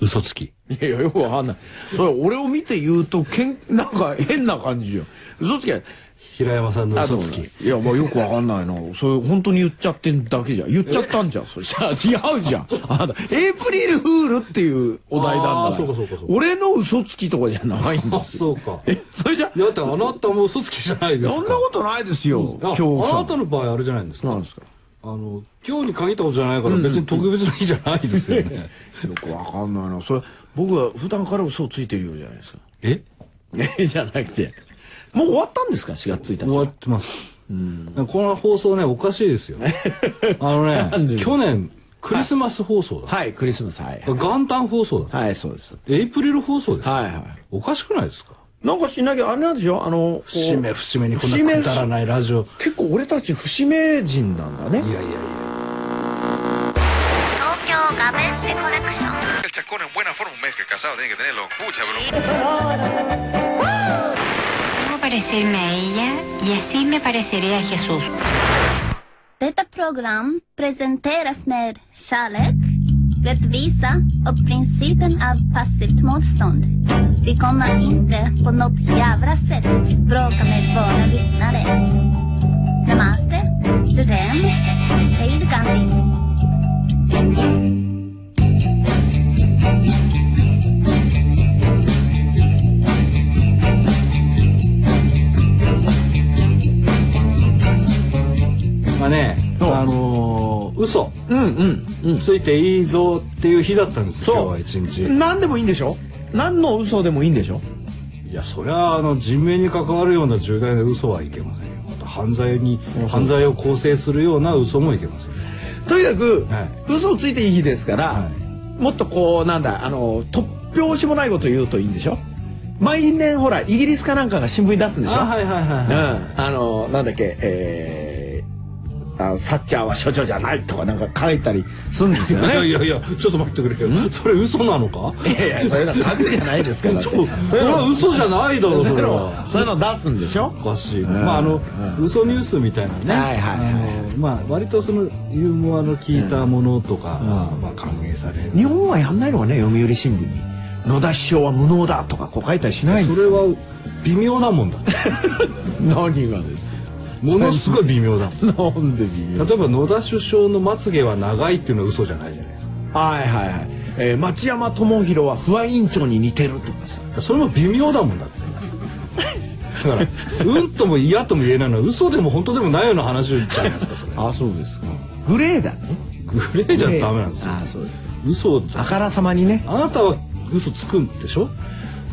嘘つき。いやいや、よくわかんない。それ、俺を見て言うと、けん、なんか変な感じよ。嘘つきは、平山さんのあ嘘そうつき。いや、まあよくわかんないな。それ、本当に言っちゃってんだけじゃん。言っちゃったんじゃん、それ。違うじゃん。あなた、エイプリルフールっていうお題なんだから。あーそうかそうかそうか俺の嘘つきとかじゃないんあ、 ですよ。そうか。え、それじゃ、だってあなたも嘘つきじゃないですか。そんなことないですよ、あ今日奥さん。あなたの場合あれじゃないんですか。なんですかあの、今日に限ったことじゃないから別に特別な日じゃないですよね。よくわかんないな。それ、僕は普段から嘘をついてるようじゃないですか。 え え、じゃなくて。もう終わったんですか ?4 月1日。終わってます。この放送ね、おかしい ですよ。あのなんでね、ですか去年、クリスマス放送だ。はい、クリスマス、はい。元旦放送だ。はい、そうです。エイプリル放送です。はいはい。おかしくないですかなんかしなきゃ、あれなんでしょあの、節目節目にこんな節目くだらないラジオ。結構俺たち節目人なんだね。いやいやいや。東京ガベッセコレクション El chascón en buena forma, un mes que casado tiene que tenerlo. Pucha, bro. Debo parecerme a ella y así me pareceré a Jesús. Detta program presenteras med kärlek, rättvisa och principen av passivt motstånd. Vi kommer inte på något jävla sätt bråka med våra lyssnare. Namaste, Judem, Hej Gandhi. まあね、うんあのー、嘘うんうんうん。ついていいぞっていう日だったんですよ、今日は一日。何でもいいんでしょ何の嘘でもいいんでしょいや、そりゃ、あの、人命に関わるような重大な嘘はいけませんよ。また犯罪に、犯罪を構成するような嘘もいけませんよ。とにかく、は嘘をついていい日ですから、はもっとこう、なんだ、あの、突拍子もないこと言うといいんでしょ毎年ほら、イギリスかなんかが新聞に出すんでしょあ、はいはいはいはい。うん、あのなんだっけえー、あのサッチャーは処女じゃないとかなんか書いたりするんですよいやいね。やいや、ちょっと待ってくれよ。それ嘘なのかいやいやそういうの書くじゃないですから。そうそれは嘘じゃないだろ、 そうそいうれのは。そういうの出すんでしょおかしい。まあ、あの、嘘ニュースみたいなね。はいはいはいあのまあ、割とその、ユーモアの効いたものとかは、まあ、歓迎される。日本はやんないのがね読売新聞に野田首相は無能だとかこう書いたりしないんでそすれよ。は、微妙なもんだ。何がです。ものすごい微妙だもん。なんで微妙例えば野田首相のまつげは長いっていうのは嘘じゃないじゃないですはいはいはい。えー、町山智博は不安委員長に似てるとかさ。かそれも微妙だもんだってだからうんとも嫌とも言えないのは嘘でも本当でもないような話じゃないですかそれあそうですか。グレーだね。グレーじゃダメなんですよあそうですか。嘘じゃあからさまにね。あなたは嘘つくんでしょ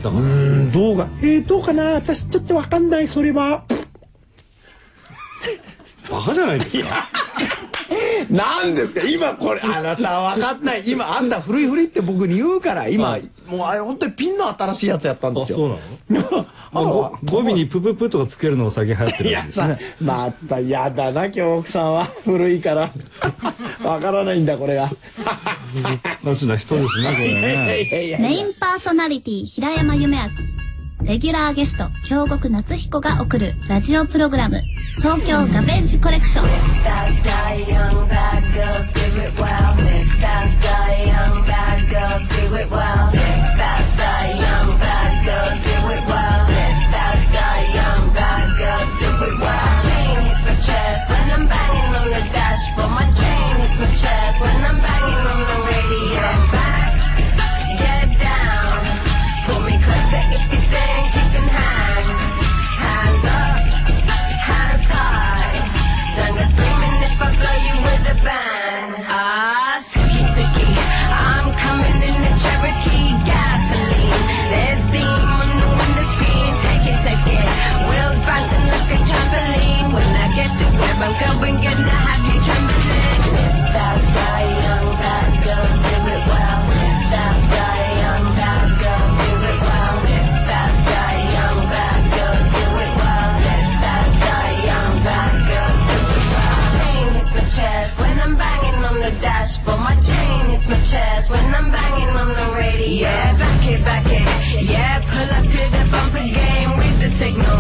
だからうん、動画。えー、どうかな私ちょっとわかんない、それは。バカじゃないですかなんですか今これ、あなたわかんない。 今、あんた古い古いって僕に言うから、今、もうあれ本当にピンの新しいやつやったんあですそうよ。なの あまあご語尾にプププとかつけるのが最近流行ってるいらしいやですさね、またやだな、今日奥さんは。 古いから。わからないんだ、これが。おかしな人ですねこれねメインパーソナリティ平山夢明レギュラーゲスト京極夏彦が送るラジオプログラム東京ガベージコレクション Ah, chain hits my chest when I'm banging on the dashboard. My chain hits my chest when I'm banging on the radio. Yeah, back it, back it. Yeah, pull up to the bumper game with the signal.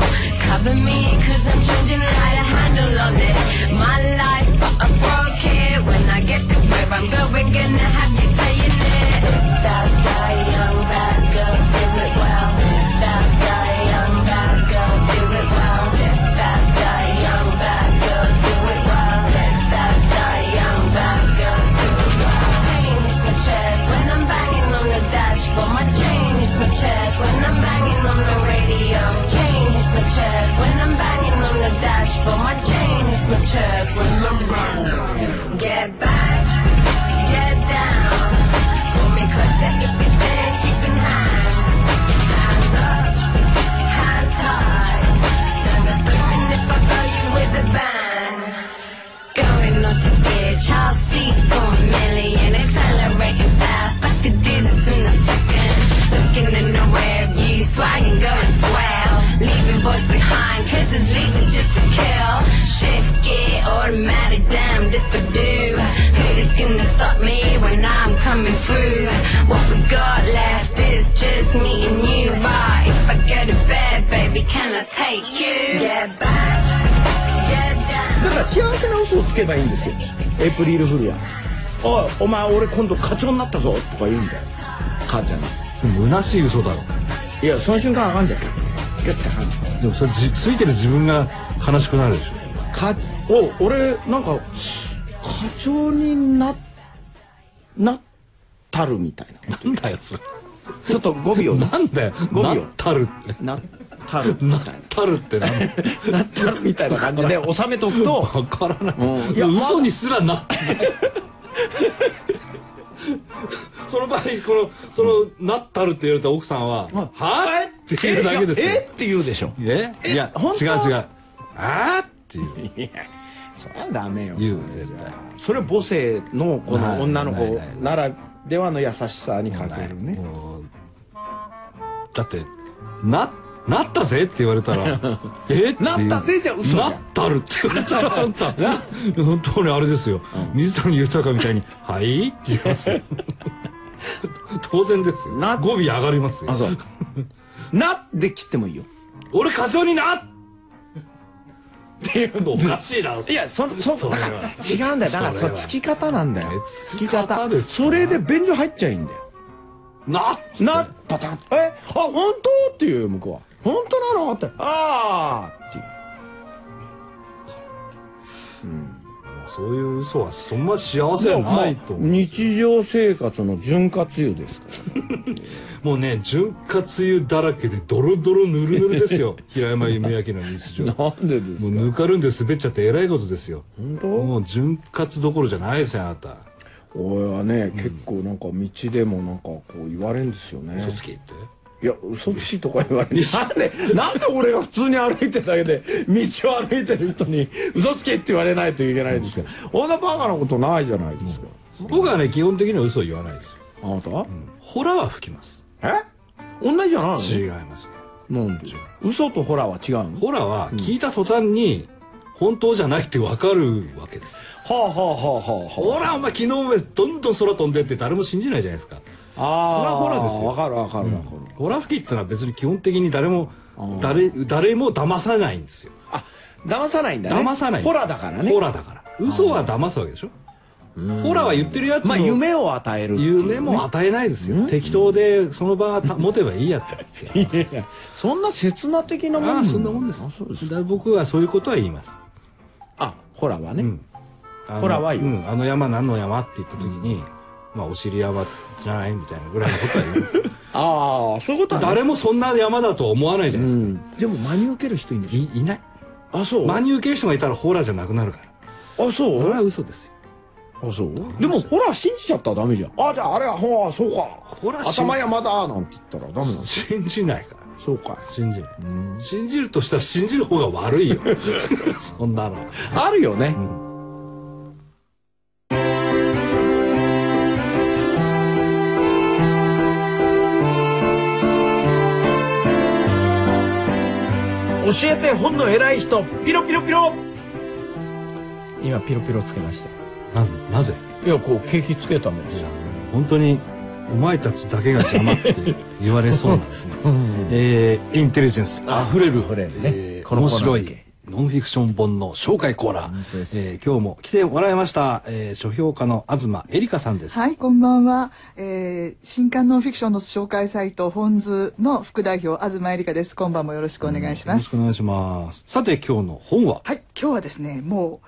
Cover me, cause I'm changing light, a handle on it. My life, but I'm broke it. When I get to where I'm going, gonna have you saying it. That's the What we got left is just me and you. But if I go to bed, baby, can I take you? Get back, get down. だから幸せな嘘をつけばいいんですよエイプリルフールやおいお前俺今度課長になったぞとか言うんだよ母ちゃんに虚しい嘘だろいやその瞬間あかんじゃんギュッてあかんでもそれじついてる自分が悲しくなるでしょかお俺なんか課長にななったるみたいななんだよそれちょっと語尾をななんだよ語尾なをったるって なったるみなったいたるってなんだ ななったるみたいな感じで収めとくとわからない,、うんいやいや嘘にすらなってないその場合このその「なったる」って言われた奥さんは「んはーい」って言うだけですよ えいやえって言うでしょえいや本当違う違う「あー」っていうそりゃダメよ言う絶対それ母性のこないの女の子ないないならではの優しさに欠けるねもうだって「ななったぜ」って言われたら 「えっていうなったぜじゃ嘘じゃんなったる」って言われたらあん た本当にあれですよ、水谷豊みたいに「はい?」って言います よ当然ですよな語尾上がりますよあそうなって切ってもいいよ俺課長になっていうのおかしいだろ いやそそそそれだはから違うんだよだからそそれれはつき方なんだよえつ付き方き方ですかそれで便所入っちゃいいんだよなっつってなパタンえあ本当っていう向こうは本当なのってああっていうそういう嘘はそんな幸せはないと思う日常生活の潤滑油ですかもうね潤滑油だらけでドロドロヌルヌルです よ平山夢明の日常らもなんででうぬかるんで滑っちゃってえらいことですよ本当もう潤滑どころじゃないですよあなた俺はね、結構なんか道でもなんかこう言われるんですよね嘘つきっていや嘘つきとか言われるなんでなんで俺が普通に歩いてるだけで道を歩いてる人に嘘つきって言われないといけないんですよこんなバカなことないじゃないですか、僕はね基本的には嘘を言わないですよあなた、ホラは吹きますえ同じじゃないの違いますねなんで嘘とホラーは違うのホラは聞いた途端に本当じゃないって分かるわけですよはあはあはあはほらお前昨日までどんどん空飛んでって誰も信じないじゃないですかああそれあはホラーですよわかるわかるわかる、ホラ吹きってのは別に基本的に誰も誰誰も騙さないんですよあ騙さないんだね騙さないんですホラーだからねホラだから嘘は騙すわけでしょホラは言ってるやつの、まあ夢を与えるっていうね夢も与えないですよ、適当でその場がた持てばいいやってそんな刹那的なもんああそんなもんですあそうですだから僕はそういうことは言います、あホラーはね、うんあのホラはう、言うんあの山何の山って言った時に、まあお尻山じゃないみたいなぐらいのことは言います ああそういうことはね誰もそんな山だとは思わないじゃないですか、でも真に受ける人いるんでしいいないょあそう真に受ける人がいたらホラーじゃなくなるからあそそれうは嘘ですよあそうでもホラー信じちゃったらダメじゃんあじゃああれはほらそうかホラー信じ頭山だなんて言ったらダメなんです信じないからそうか信じない信じるとしたら信じる方が悪 いよそんなのあるよね、教えて本の偉い人ピロピロピロ今ピロピロつけましたななぜいやこう景気つけたんですよ本当にお前たちだけが邪魔って言われ そうなんですね、えーインテリジェンスあふれる溢れるねえーこの面コーナー白だいけノンフィクション本の紹介コーナー当で、すえー今日も来てもらいました、えー書評家の東恵梨香さんです、はい、こんばんは。えー、新刊ノンフィクションの紹介サイト、ホンズの副代表、東江里香です。こんばんもよろしくお願いしよまろしくす。お願いしますさて今日の本は、はい、今日はですね、も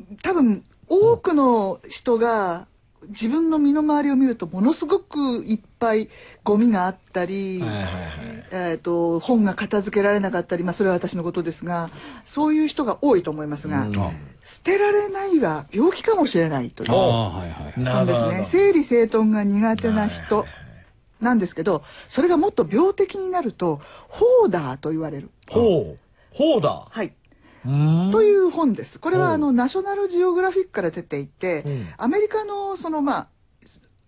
う、多分、多くの人が、自分の身の回りを見るとものすごくいっぱいゴミがあったり、えー、と本が片付けられなかったり、まあ、それは私のことですがそういう人が多いと思いますが、捨てられないは病気かもしれないというああはいはいなんですね。整理整頓が苦手な人なんですけど、それがもっと病的になると、ホーダーと言われる。ほうほうだはい。という本です。これはあの、ナショナルジオグラフィックから出ていて、アメリカのそのまあ、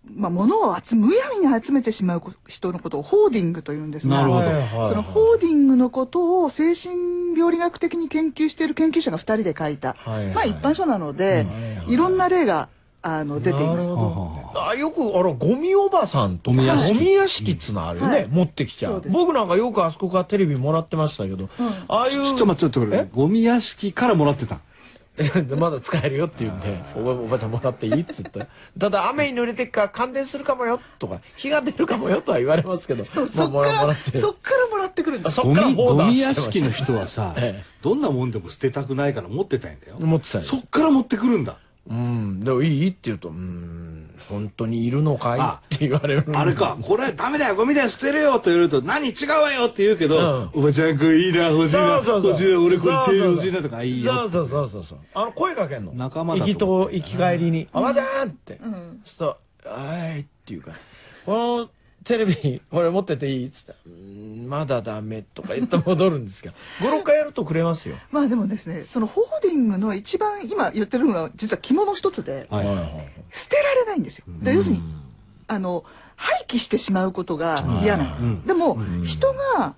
まあ、物を集む、むやみに集めてしまう人のことをホーディングと言うんですが、なるほどそのホーディングのことを精神病理学的に研究している研究者が2人で書いた、いはいまあ一般書なので、いろんな例があの出ています。はあはあはあよくあのゴミおばさんとかゴミ屋敷ゴミ屋敷っつうのあるよね、はい持ってきちゃそううです僕なんかよくあそこからテレビもらってましたけど、ああいう ちょっと待ってちょっと待ってゴミ屋敷からもらってたってまだ使えるよって言うんでおばおばちゃんもらっていいっつってただ雨に濡れてっから感電するかもよとか日が出るかもよとは言われますけどでもそっまあかもらもららってそっからもらってくるんだあそゴっからミ放ゴ談ミして屋ました敷の人はさ ええどんなもんでも捨てたくないから持ってたいんだよ持ってたんですそっから持ってくるんだうんでもいいいいって言うとうん本当にいるのかいあって言われるあれかこれダメだよゴミだよ捨てるよと言うと何違うわよって言うけど、おばちゃんこれいいな欲しいなそうそうそう欲しいな俺これそう手そうそう欲しいなとかいいそようそうそうそうそうあの声かけんの仲間だ行ときと行き帰りに「あまちゃん!」ってんそしたら「あい」っていうか「このテレビこれ持ってていい?」っつったらうーん「まだダメ」とか言って戻るんですけ ど56回やるとくれますよまあでもですねそのホールディングの一番今言ってるのは実は着物一つではいはい捨てられないんですよで要するにあの廃棄してしまうことが嫌なんです、でも、人が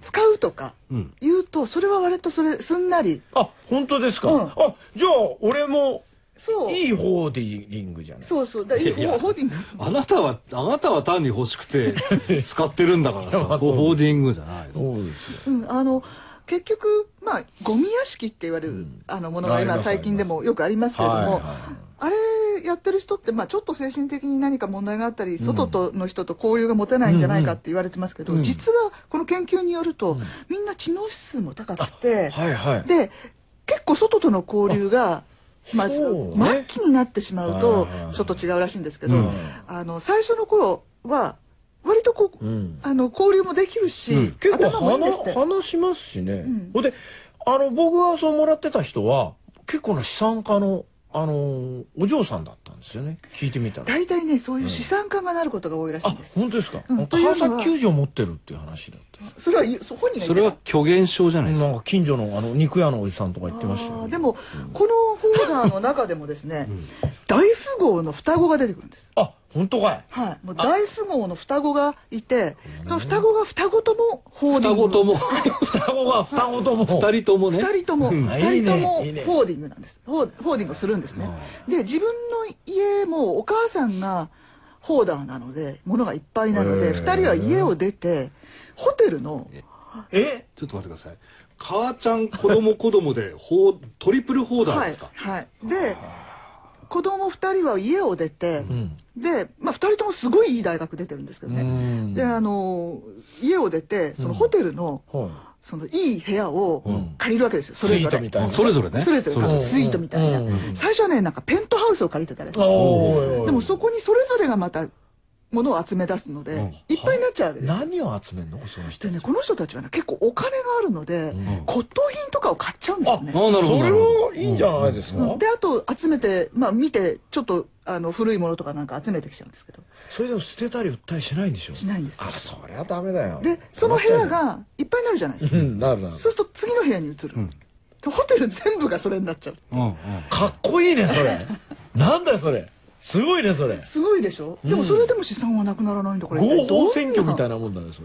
使うとかうん言うとそれは割とそれすんなりあ本当ですか、うんあじゃあ俺もそういいホーディングじゃないそうそうだいいいやホーディングあなたはあなたは単に欲しく て使ってるんだからさいやまあこうそうホールディングじゃないのそうですようん、あの結局まあゴミ屋敷って言われる、あのものがあり今ます最近でもよくありますけれども、はいはいあれやってる人って、まあ、ちょっと精神的に何か問題があったり、外との人と交流が持てないんじゃないかって言われてますけど、実はこの研究によると、みんな知能指数も高くて、はいはいで結構外との交流が。まあ、そう末ね期になってしまうとはいはいちょっと違うらしいんですけど、うんあの最初の頃は割とこう、うんあの交流もできるし、結構頭もいいんですっ話て話しますしね、んほんであの僕がそうもらってた人は結構な資産家のあのお嬢さんだったんですよね聞いてみたら大体ねそういう資産家がなることが多いらしいあんです、本当ですか、うんというの川は崎球場持ってるっていう話だったそれはそう本人がそ言っれてはた虚言症じゃないですなかんか近所のあの肉屋のおじさんとか言ってましたよ、あーね、でもこのホーダーの中でもですね、大富豪の双子が出てくるんですあ本当かいはい、もう大富豪の双子がいてその双子が双子ともホーデ双ィング子とも 双子が双子とも二人ともね二人とも、うん二人ともいいねいいねホーディングなんです。ホーホーディングをするんですね。で、自分の家もお母さんがホーダーなので、物がいっぱいなので、二人は家を出て、ホテルの、えちょっと待ってください母ちゃん子供子供でほうトリプルホーダーはでいすか、、はい。で、子供二人は家を出て、んで、まあ二人ともすごいいい大学出てるんですけどうね。んで、あのー、家を出て、そのホテルの、はそのいい部屋をん借りるわけですよ、それぞスイーれ。トみたいなそれぞれねそれぞれれぞれスイートみたいな、うん最初はねなんかペントハウスを借りてたりいとあかおいおいおいでもそこにそれぞれがまた物を集め出すので、いっぱいになっちゃうわけですよ何を集めるのその人でねこの人たちはね結構お金があるので、骨董品とかを買っちゃうんですよねあなるほどそなれるほはいいんじゃないですか、うんであと集めてまあ見てちょっとあの古いものとかなんか集めてきちゃうんですけどそれでも捨てたり売ったりしないんでしょしないんですよあそりゃダメだよでその部屋がいっぱいになるじゃないですか、うんなるなるそうすると次の部屋に移る、でホテル全部がそれになっちゃうど、うんうん、かっこいいねそれ なんだよそれすごいねそれすごいでしょ、でもそれでも資産はなくならないんだから合法選挙みたいななもんだねそ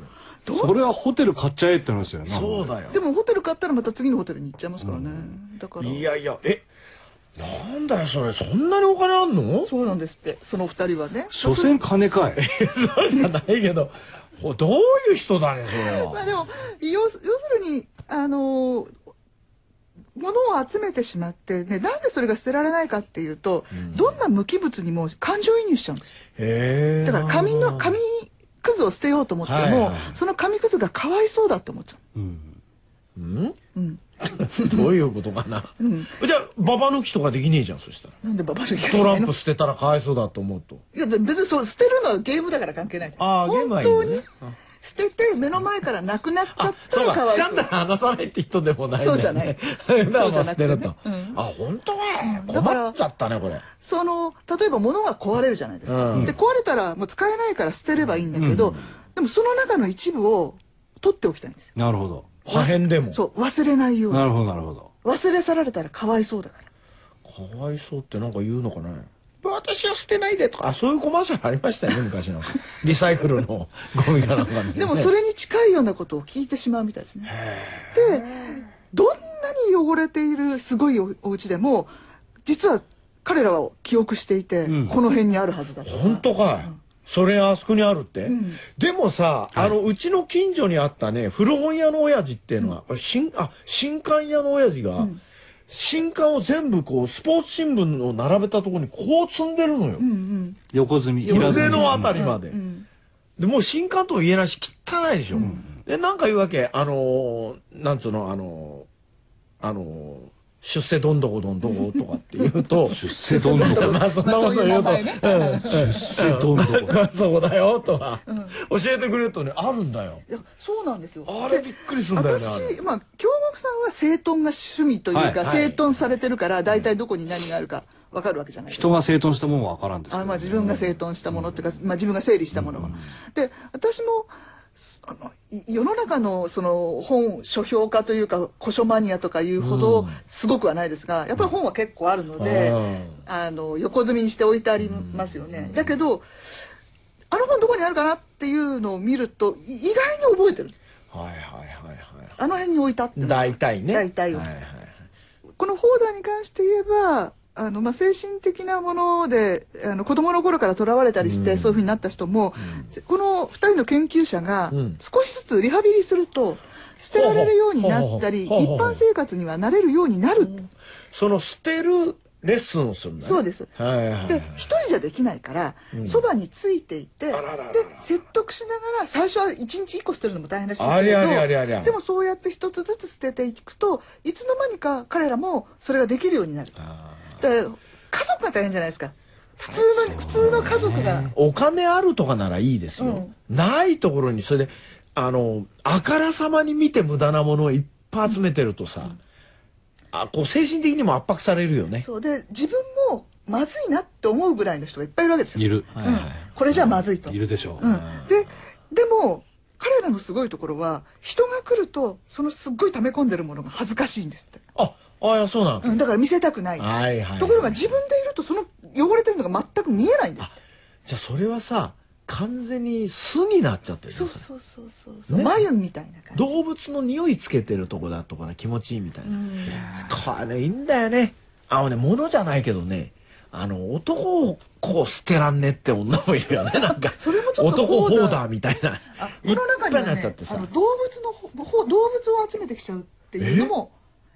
れそれはホテル買っちゃえって話だよなそうだよでもホテル買ったらまた次のホテルに行っちゃいますからね、だからいやいやえなんだよそれそんなにお金あんのそそうなんですってその二人はね所詮金かいうじゃないけどほどういう人だねそれまあはでも要す要するにあのー物を集めてしまって、ね、なんでそれが捨てられないかっていうと、どんな無機物にも感情移入しちゃうんですへえだから紙の紙くずを捨てようと思っても、はいはいはいその紙くずがかわいそうだって思っちゃんう、うん、どういうことかな、じゃあババ抜きとかできねえじゃんそしたらなんでババ抜きがトランプい捨てたらかわいそうだと思うとやで別にそう捨てるのはゲームだから関係ないじゃんああゲーム本はいいん当だねに捨てて目の前からなくなっちゃったそうらかかわい掴そんうだら離さないって人でもないんだよねそうじゃないだからそうじゃ捨なくててねると、うんあ本当はだから困っちゃったねこれその例えば物が壊れるじゃないですか、うんで壊れたらもう使えないから捨てればいいんだけど、でもその中の一部を取っておきたいんですよなるほど破片でもそう忘れないようになるほどなるほど忘れ去られたらかわいそうだからかわいそうってなんか言うのかね私は捨てないでとかあそういうコマーシャルありましたよね昔なんかリサイクルのゴミかなんかねでもそれに近いようなことを聞いてしまうみたいですねでどんなに汚れているすごいおお家でも実は彼らは記憶していて、この辺にあるはずだと本当かい。それあそこにあるって、でもさ、あのうちの近所にあったね古本屋の親父っていうのは、新あ新刊屋の親父が、新刊を全部こうスポーツ新聞を並べたところにこう積んでるのよ、横積みいらず腕にのあたりまで、でもう新刊とも言えないし汚いでしょ、でなんか言うわけあのーなんつうのあのーあのー出世どんどこどんどことかって言うと出世どんどこまあそんなこと言うと、まあそういう名前ねうん出世どんどこそこだよとは、教えてくれるとねあるんだよいやそうなんですよあれでびっくりするんだよねあれ私まあ京極さんは整頓が趣味というか、はいはい整頓されてるから大体どこに何があるか分かるわけじゃないですか人が整頓したもんは分からんですけどあまあ自分が整頓したものっていうか、まあ、自分が整理したものは。で私もそあのい世の中のその本書評家というか古書マニアとかいうほどすごくはないですがやっぱり本は結構あるので、うあの横積みにして置いてありますよね。だけどあの本どこにあるかなっていうのを見るとい意外に覚えてるはいはいはいはあの辺に置いたっていういのが大体ね大体をはいはいこの放題に関して言えば、あの、まあ、精神的なもので、あの、子供の頃から囚われたりして、そういうふうになった人も、この二人の研究者がん、少しずつリハビリすると、捨てられるようになったり、一ほうほうほうほう般生活にはなれるようになる。その捨てるレッスンをするんだねそうですはいはいはいで、一人じゃできないから、そばについていて、でらららら、説得しながら、最初は一日一個捨てるのも大変らしいありけゃりゃりゃれりゃど、でもそうやって一つずつ捨てていくと、いつの間にか彼らもそれができるようになる。だから家族が大変じゃないですか普通の普通の家族がお金あるとかならいいですよ、ないところにそれであのあからさまに見て無駄なものをいっぱい集めてるとさ、あこう精神的にも圧迫されるよねそうで自分もまずいなって思うぐらいの人がいっぱいいるわけですよいるうんこれじゃまずいといるでしょう、うん、ででも彼らのすごいところは人が来るとそのすっごい溜め込んでるものが恥ずかしいんですって、ああいやそうなんだ、うん、だから見せたくない、はいはいところが自分でいるとその汚れてるのが全く見えないんですってじゃあそれはさ完全に巣になっちゃってるよそうそれそうそうそうそう、ね眉みたいな感じ動物の匂いつけてるとこだとかな気持ちいいみたいな、これいいんだよねあのね物じゃないけどねあの男をこう捨てらんねって女もいるよねなんかそれもちょっと男ホホーダーーダーみたいなあこの中にいっぱいにはなっちゃっねてさあの動物のほほ動物を集めてきちゃうっていうのも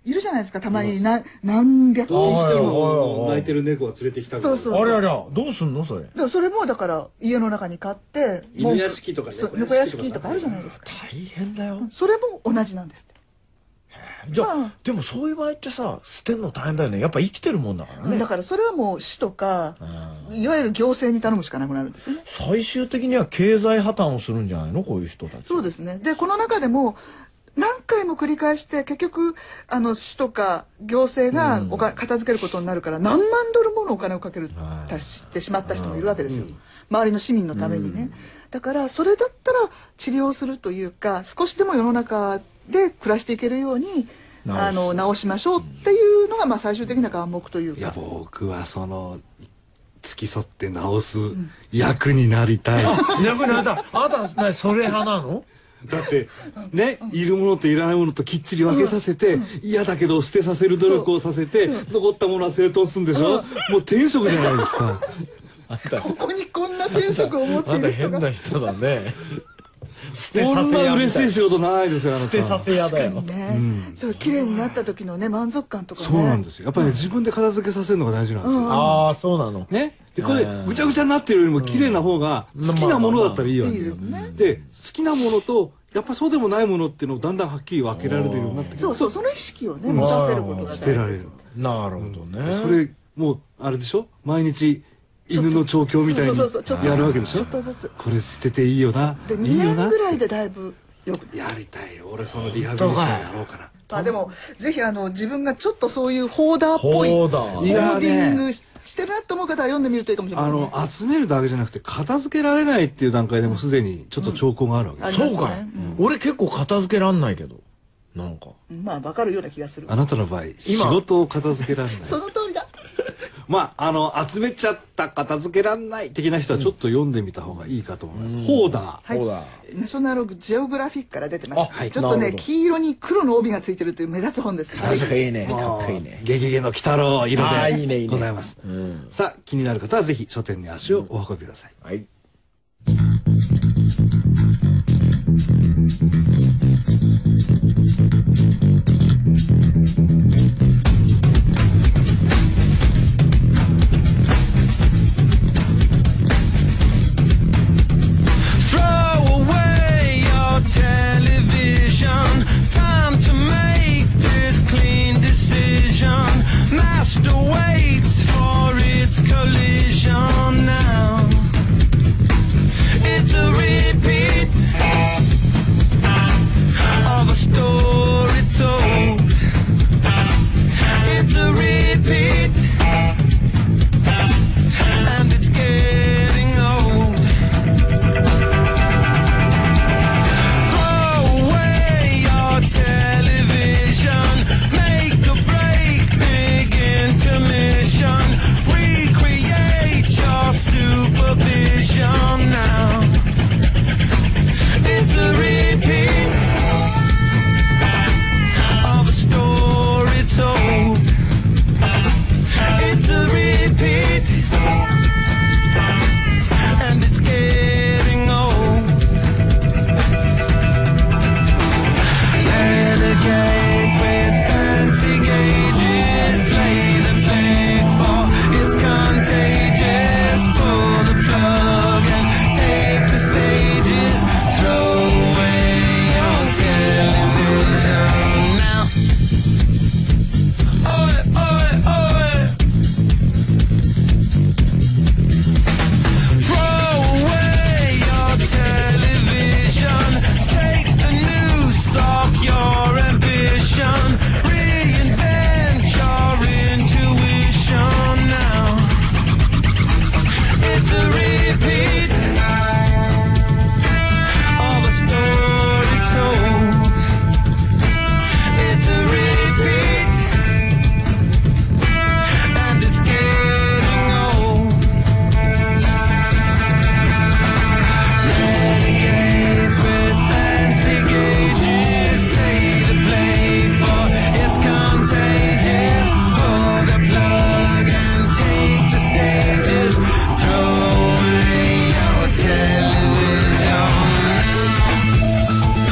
いるじゃないですかたまにな何百匹あーもおいおいおい泣いてる猫は連れてきたそうそうあれそあうれどうすんのそれでもそれもだから家の中に買ってもう犬屋敷とかねそう猫猫屋屋敷とか敷とかあるじゃないですか大変だよそれも同じなんですってじゃあ、まあでもそういう場合ってさ捨てるの大変だよねやっぱ生きてるもんだからねだからそれはもう市とかういわゆる行政に頼むしかなくなるんですよね最終的には経済破綻をするんじゃないのこういう人た ちそうですねでこの中でも何回も繰り返して結局あの市とか行政がおか片付けることになるから何万ドルものお金をかけるはい達してしまった人もいるわけですよ周りの市民のためにねだからそれだったら治療するというか少しでも世の中で暮らしていけるように直すあの直しましょうっていうのがまあ最終的な願目といういやか僕はその付き添って直す役になりたい、いなくなったあなた何それ派なのだってねいるものといらないものときっちり分けさせて嫌だけど捨てさせる努力をさせて残ったものは整頓するんでしょもう天職じゃないですかあんたここにこんな転職を持ってあいんたる人変がな人だね捨てこさんせな屋み嬉たしいいな仕事ないですよあな捨たてさせ屋だよ確かにね、そう綺麗になった時のね満足感とかねそうなんですよやっぱりね自分で片付けさせるのが大事なんですよああそうなのね、でこれうんぐちゃぐちゃになってるよりも綺麗な方がうん好きなものだったらいいわけいいよですねで好きなものとやっぱそうでもないものっていうのをだんだんはっきり分けられるようになってくそるうそうその意識をね持たせることが捨大事てられるなるほどね、それもうあれでしょ毎日犬の調教みたいそうそうそうちょっにとやるわけでしちょょっとずつこれ捨てていいよなで2いいよ年なぐらいでだいぶよくやりたいよ俺そのリハビリショーやろうかなまあでもぜひあの自分がちょっとそういうホーダーっぽいホホーダーールディングししてるなと思う方は読んでみるといいかもしれなあいねの集めるだけじゃなくて片付けられないっていう段階でもすでにちょっと兆候があるわけあです、りそまうすかい、ね俺結構片付けらんないけどなんかまあわかるような気がするあなたの場合仕事を片付けられないその通りだまああの集めちゃった片付けらんない的な人はちょっと読んでみた方がいいかと思います。ホーダー。はいそうだ、ナショナルジオグラフィックから出てます、あはいちょっとなるねほど黄色に黒の帯がついてるという目立つ本ですかっこいいねもうかっこいいねゲゲゲの鬼太郎色あーでいいねいいねございます。うんさあ気になる方はぜひ書店に足をお運びください。はい我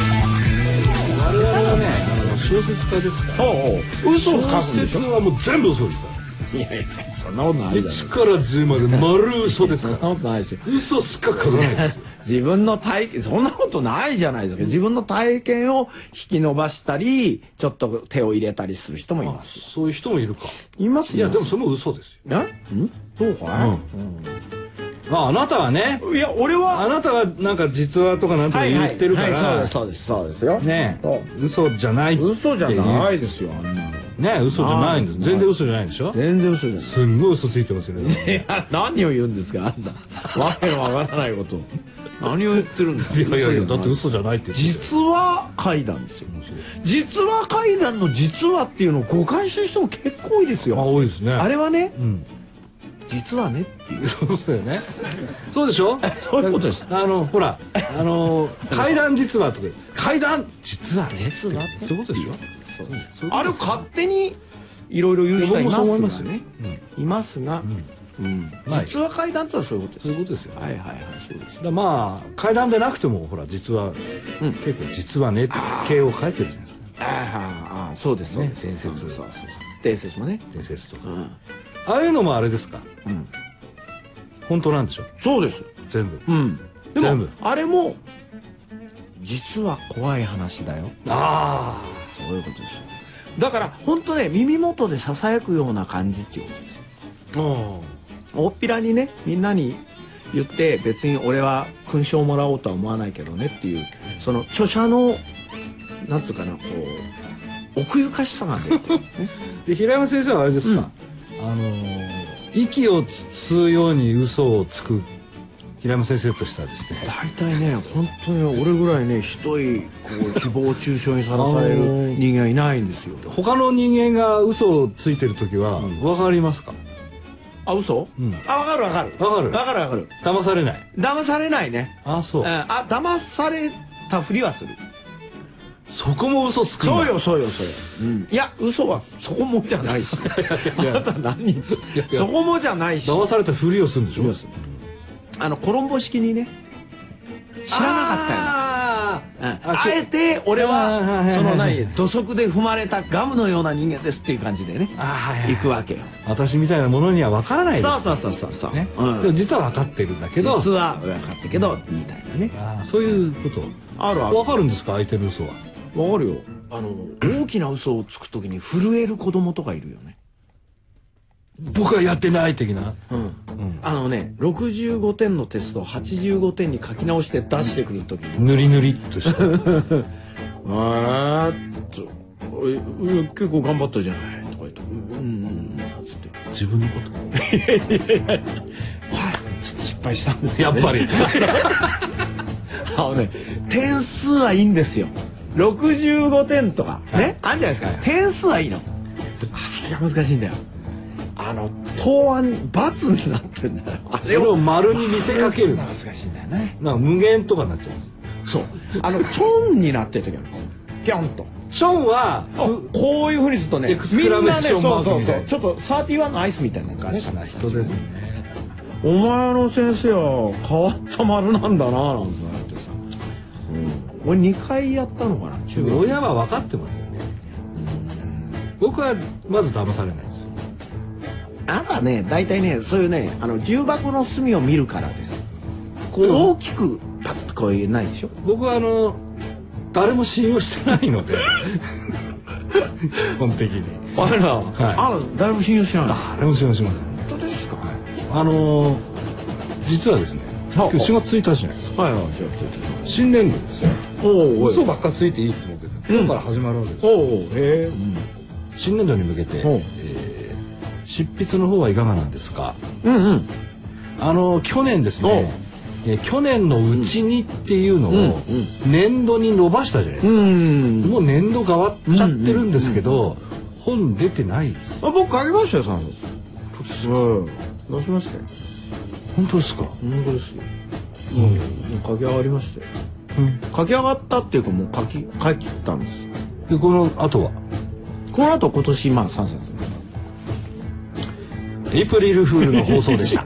々はねあの小説家ですから。おうおう嘘を書小くんでし説ょはもう全部嘘ですかいやいやそんなことないら。じゃ1から10まで丸嘘ですないそんなから。ことないですよ嘘しか書かないですよ。自分の体験そんなことないじゃないですか自分の体験を引き伸ばしたりちょっと手を入れたりする人もいあますそういう人もいるか。いますいやでもそそれも嘘ですよ。えんそうかい、まああなたはね、いや俺はあなたはなんか実話とかなんとか言ってるかはいはいはらい、そうですそうですそうですよねそう嘘じゃないっていう。嘘じゃないですよあんなのね嘘じゃないんですはい全然嘘じゃないでしょ全然嘘ですすんごい嘘ついてますよねいや何を言うんですかあんたわけのわからないことを何を言ってるんですいやかいやいやだって嘘じゃないって言って実は怪談ですよ実は怪談の実はっていうのを誤解した人も結構多いですたよあよ多いですねあれはねうん実はねっていうそうだよね そうでしょそういうことですあのほらあの階段実はとか階段実はね実はねそういうことでしょそういうことですあれを勝手にいろいろ言う人はいます僕もそう思いがますよねいますがうんはい実は怪談ってのはそういうことですそういうことですよだかはいはいはいそうですらまあ階段でなくてもほら実はうん結構実はねって形を書いてるじゃないですかああそうですねね伝説そうそうそう伝説もね伝説とかうん、ああいうのもあれですかうん、本当なんでしょそうです全部うんでも全部あれも実は怖い話だよあそういうことですよだから本当ね耳元でささやくような感じっていうことですあうん大っぴらにねみんなに言って別に俺は勲章をもらおうとは思わないけどねっていうその著者のなんつうかなこう奥ゆかしさが出てる で平山先生はあれですか、あのー息を吸うように嘘をつく平山先生としてはですね大体ね本当に俺ぐらいねひどいこう誹謗中傷にさらされ る人間いないんですよ他の人間が嘘をついてる時はうん分かりますか、あ嘘、うんあわかるわかるわかるわかるわかる騙されない騙されないねあそううんあ騙されたふりはするそこも嘘つくんだそうよそうよそうよ、いや嘘はそこもじゃないしあなた何いやそこもじゃないし騙されたふりをするんでしょふりをするあのコロンボ式にね知らなかったよあーうんああえて俺あーはいはいははいその何土足で踏まれたガムのような人間ですっていう感じでねあーはいはい行くわけよ私みたいなものには分からないですそうそうそうそうそう、ねうんでも実は分かってるんだけど実は分かったけどみたいなねあーそういうことあるある分かるんですか相手の嘘はわかるよあの大きな嘘をつくときに震える子供とかいるよね僕はやってない的なうん、あのね65点のテストを85点に書き直して出してくるときにぬりぬりっとした 「あーっとおいうん結構頑張ったじゃない」とか言って「うんうんうん」つって自分のこと「はいちょっと失敗したんですやよ、っね」ぱり あのね点数はいいんですよ65点とかね、あるじゃないですか点数はいいのあれが難しいんだよあの答案×になってんだよあ それを丸に見せかける難しいんだよねなんか無限とかになっちゃうそうあのチョンになってる時あるピョンとションはふこういうふうにするとねエクスクラメーションみんなマねークそうみたそういそうなちょっと31のアイスみたいな感じな人ですねお前の先生は変わった丸なんだななんて言われてさ、うん、俺2回やったのかな中学親は分かってますよね僕はまず騙されないですよあなたね大体ねそういうねあの重箱の隅を見るからですこう大きくパッとこう言えないでしょ僕はあの誰も信用してない ので基本的にあら、いあら誰も信用しない誰も信用しません本当ですかあの実はですねはあ今日4月1日じゃないですかはいはいじゃあちょっと新年度ですよおうお嘘うばっかついていいと思うけど今日から始まるわけですおうおうへえ新年度に向けて、えほうー執筆の方はいかがなんですかうんうんあの去年ですね、えー去年のうちにっていうのをうん年度に伸ばしたじゃないですか、うんもう年度変わっちゃってるんですけど、本出てないですあ僕あげましたよ3冊そうですうん出しましたよ本当ですか、本当ですようん書き上がりましたよ書き上がったっていうかもう書き書き切ったんですよでこの後はこの後今年まあ3冊エイプリルフールの放送でした